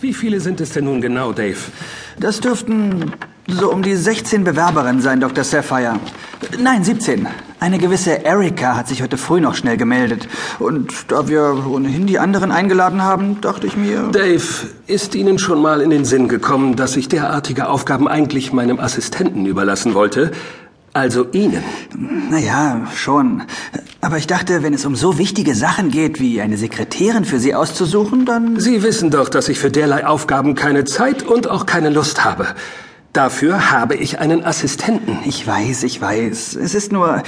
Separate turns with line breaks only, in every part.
Wie viele sind es denn nun genau, Dave?
Das dürften so um die 16 Bewerberinnen sein, Dr. Sapphire. Nein, 17. Eine gewisse Erika hat sich heute früh noch schnell gemeldet. Und da wir ohnehin die anderen eingeladen haben, dachte ich mir.
Dave, ist Ihnen schon mal in den Sinn gekommen, dass ich derartige Aufgaben eigentlich meinem Assistenten überlassen wollte? Also Ihnen.
Naja, schon. Aber ich dachte, wenn es um so wichtige Sachen geht, wie eine Sekretärin für Sie auszusuchen, dann.
Sie wissen doch, dass ich für derlei Aufgaben keine Zeit und auch keine Lust habe. Dafür habe ich einen Assistenten.
Ich weiß, ich weiß. Es ist nur,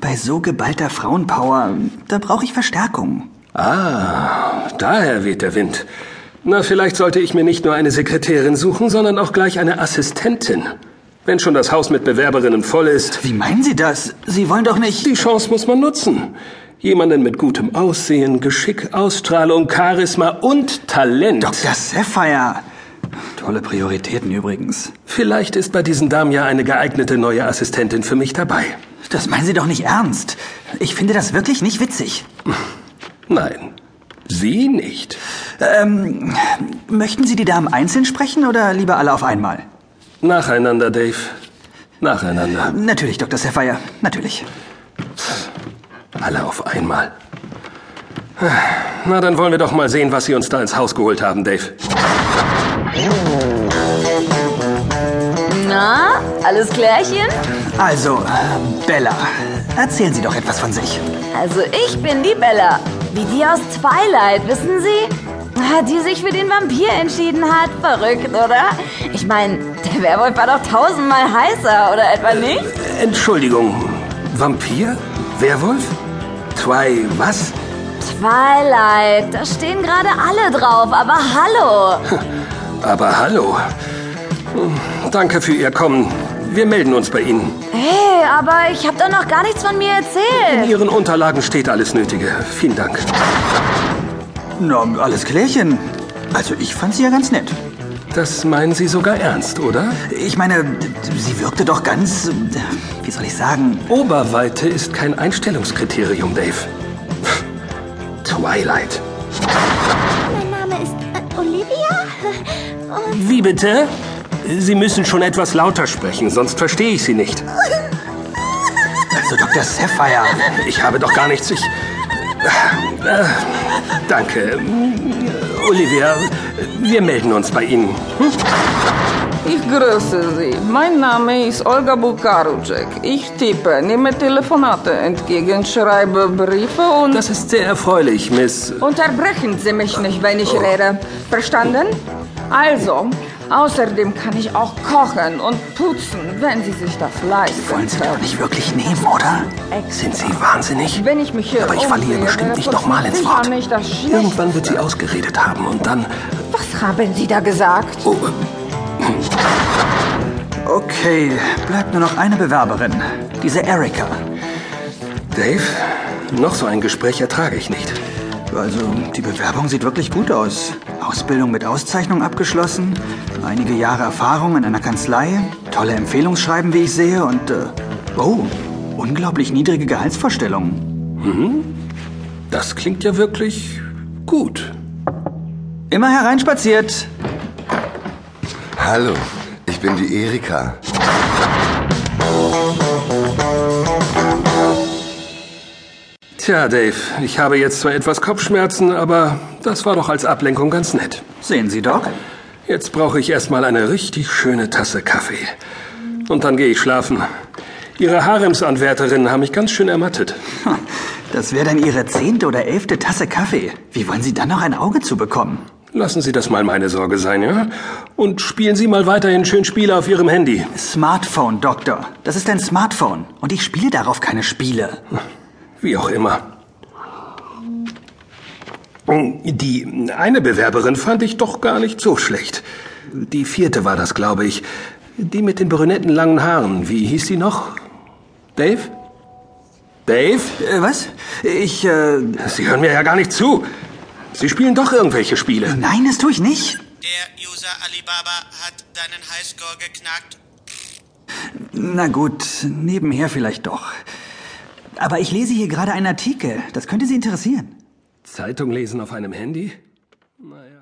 bei so geballter Frauenpower, da brauche ich Verstärkung.
Ah, daher weht der Wind. Na, vielleicht sollte ich mir nicht nur eine Sekretärin suchen, sondern auch gleich eine Assistentin. Wenn schon das Haus mit Bewerberinnen voll ist.
Wie meinen Sie das? Sie wollen doch nicht.
Die Chance muss man nutzen. Jemanden mit gutem Aussehen, Geschick, Ausstrahlung, Charisma und Talent.
Dr. Sapphire. Tolle Prioritäten übrigens.
Vielleicht ist bei diesen Damen ja eine geeignete neue Assistentin für mich dabei.
Das meinen Sie doch nicht ernst. Ich finde das wirklich nicht witzig.
Nein, Sie nicht.
Ähm, möchten Sie die Damen einzeln sprechen oder lieber alle auf einmal?
Nacheinander, Dave. Nacheinander.
Natürlich, Dr. Sapphire. Natürlich.
Alle auf einmal. Na, dann wollen wir doch mal sehen, was Sie uns da ins Haus geholt haben, Dave.
Na, alles klärchen?
Also, Bella, erzählen Sie doch etwas von sich.
Also ich bin die Bella. Wie die aus Twilight, wissen Sie? Ah, Die sich für den Vampir entschieden hat. Verrückt, oder? Ich meine, der Werwolf war doch tausendmal heißer, oder etwa nicht?
Äh, Entschuldigung, Vampir? Werwolf? Twi, was?
Twilight, da stehen gerade alle drauf, aber hallo.
Aber hallo. Danke für Ihr Kommen. Wir melden uns bei Ihnen.
Hey, aber ich habe doch noch gar nichts von mir
In
erzählt.
Ihren Unterlagen steht alles Nötige. Vielen Dank.
Na, alles klärchen. Also, ich fand sie ja ganz nett.
Das meinen Sie sogar ernst, oder?
Ich meine, sie wirkte doch ganz. Wie soll ich sagen?
Oberweite ist kein Einstellungskriterium, Dave. Twilight.
Mein Name ist äh, Olivia und
Wie bitte? Sie müssen schon etwas lauter sprechen, sonst verstehe ich Sie nicht.
Also, Dr. Sapphire.
Ich habe doch gar nichts. Ich. Äh, danke. Olivia, wir melden uns bei Ihnen.
Ich grüße Sie. Mein Name ist Olga Bukarucek. Ich tippe, nehme Telefonate entgegen, schreibe Briefe und...
Das ist sehr erfreulich, Miss.
Unterbrechen Sie mich nicht, wenn ich rede. Verstanden? Also, außerdem kann ich auch kochen und putzen, wenn Sie sich das leisten.
Wollen Sie mich doch nicht wirklich nehmen, oder?
Sind Sie wahnsinnig?
Wenn ich mich hier
Aber ich falle ihr
umsehe,
bestimmt
wäre
nicht
das
nochmal ins
sicher
Wort.
Nicht das Schlechteste.
Irgendwann wird sie ausgeredet haben und dann.
Was haben Sie da gesagt?
Oh,
Okay, bleibt nur noch eine Bewerberin. Diese Erika.
Dave, noch so ein Gespräch ertrage ich nicht.
Also, die Bewerbung sieht wirklich gut aus. Ausbildung mit Auszeichnung abgeschlossen, einige Jahre Erfahrung in einer Kanzlei, tolle Empfehlungsschreiben, wie ich sehe, und. Äh, oh, unglaublich niedrige Gehaltsvorstellungen.
Das klingt ja wirklich gut.
Immer hereinspaziert.
Hallo, ich bin die Erika.
Tja, Dave, ich habe jetzt zwar etwas Kopfschmerzen, aber das war doch als Ablenkung ganz nett.
Sehen Sie doch.
Jetzt brauche ich erstmal eine richtig schöne Tasse Kaffee. Und dann gehe ich schlafen. Ihre Haremsanwärterinnen haben mich ganz schön ermattet.
Ha, Das wäre dann Ihre zehnte oder elfte Tasse Kaffee. Wie wollen Sie dann noch ein Auge zu bekommen?
Lassen Sie das mal meine Sorge sein, ja? Und spielen Sie mal weiterhin schön Spiele auf Ihrem Handy.
Smartphone, Doktor. Das ist ein Smartphone. Und ich spiele darauf keine Spiele.
Wie auch immer. Die eine Bewerberin fand ich doch gar nicht so schlecht. Die vierte war das, glaube ich. Die mit den brünetten langen Haaren. Wie hieß die noch? Dave? Dave?
Äh, was? Ich, äh,
Sie hören mir ja gar nicht zu. Sie spielen doch irgendwelche Spiele.
nein, das tue ich nicht.
Der User Alibaba hat deinen Highscore geknackt.
Na gut, nebenher vielleicht doch. Aber ich lese hier gerade einen Artikel. Das könnte Sie interessieren.
Zeitung lesen auf einem Handy?